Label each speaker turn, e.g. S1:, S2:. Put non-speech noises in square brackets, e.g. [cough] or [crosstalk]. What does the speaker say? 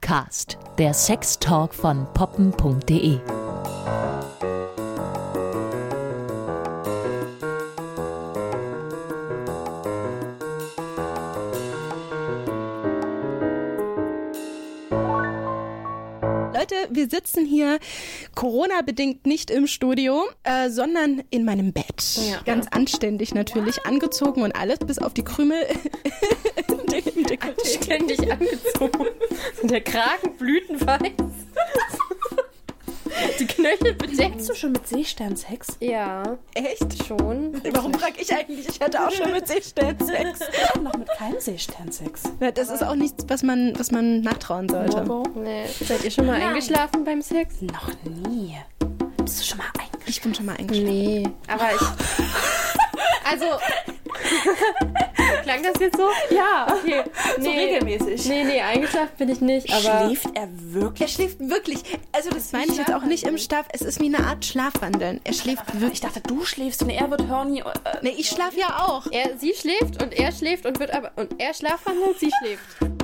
S1: Popcast, der Sextalk von poppen.de.
S2: Leute, wir sitzen hier Corona-bedingt nicht im Studio, äh, sondern in meinem Bett.
S3: Ja.
S2: Ganz anständig natürlich, angezogen und alles, bis auf die Krümel. [laughs] im Dekolleté.
S3: Ständig angezogen. Der Kragen blütenweiß. Die Knöchel bedeckt.
S4: Hast du schon mit Seestern Sex?
S3: Ja,
S2: Echt?
S3: schon.
S2: Warum frage ich eigentlich? Ich hatte auch schon mit Seestern Sex. [laughs]
S4: Ich hab noch mit keinem Seestern Sex.
S2: Na, das ist auch nichts, was man, was man nachtrauen sollte.
S3: Nee. Ne, Seid ihr schon mal eingeschlafen beim Sex?
S4: Noch nie. Bist du schon mal eingeschlafen?
S2: Ich bin schon mal eingeschlafen.
S3: Nee. Aber ich. Also. Klang das jetzt so? Ja. Okay. Nee.
S4: regelmäßig.
S3: Nee, nee, eingeschlafen bin ich nicht, aber.
S4: Schläft er wirklich?
S2: Er schläft wirklich. Also das meine ich jetzt auch nicht im Schlaf. Es ist wie eine Art Schlafwandeln. Er schläft
S4: Ich
S2: wirklich.
S4: dachte, du schläfst und er wird horny. Äh,
S2: Nee, ich schlafe ja auch.
S3: Er, sie schläft und er schläft und wird aber. Und er schlafwandelt, sie schläft.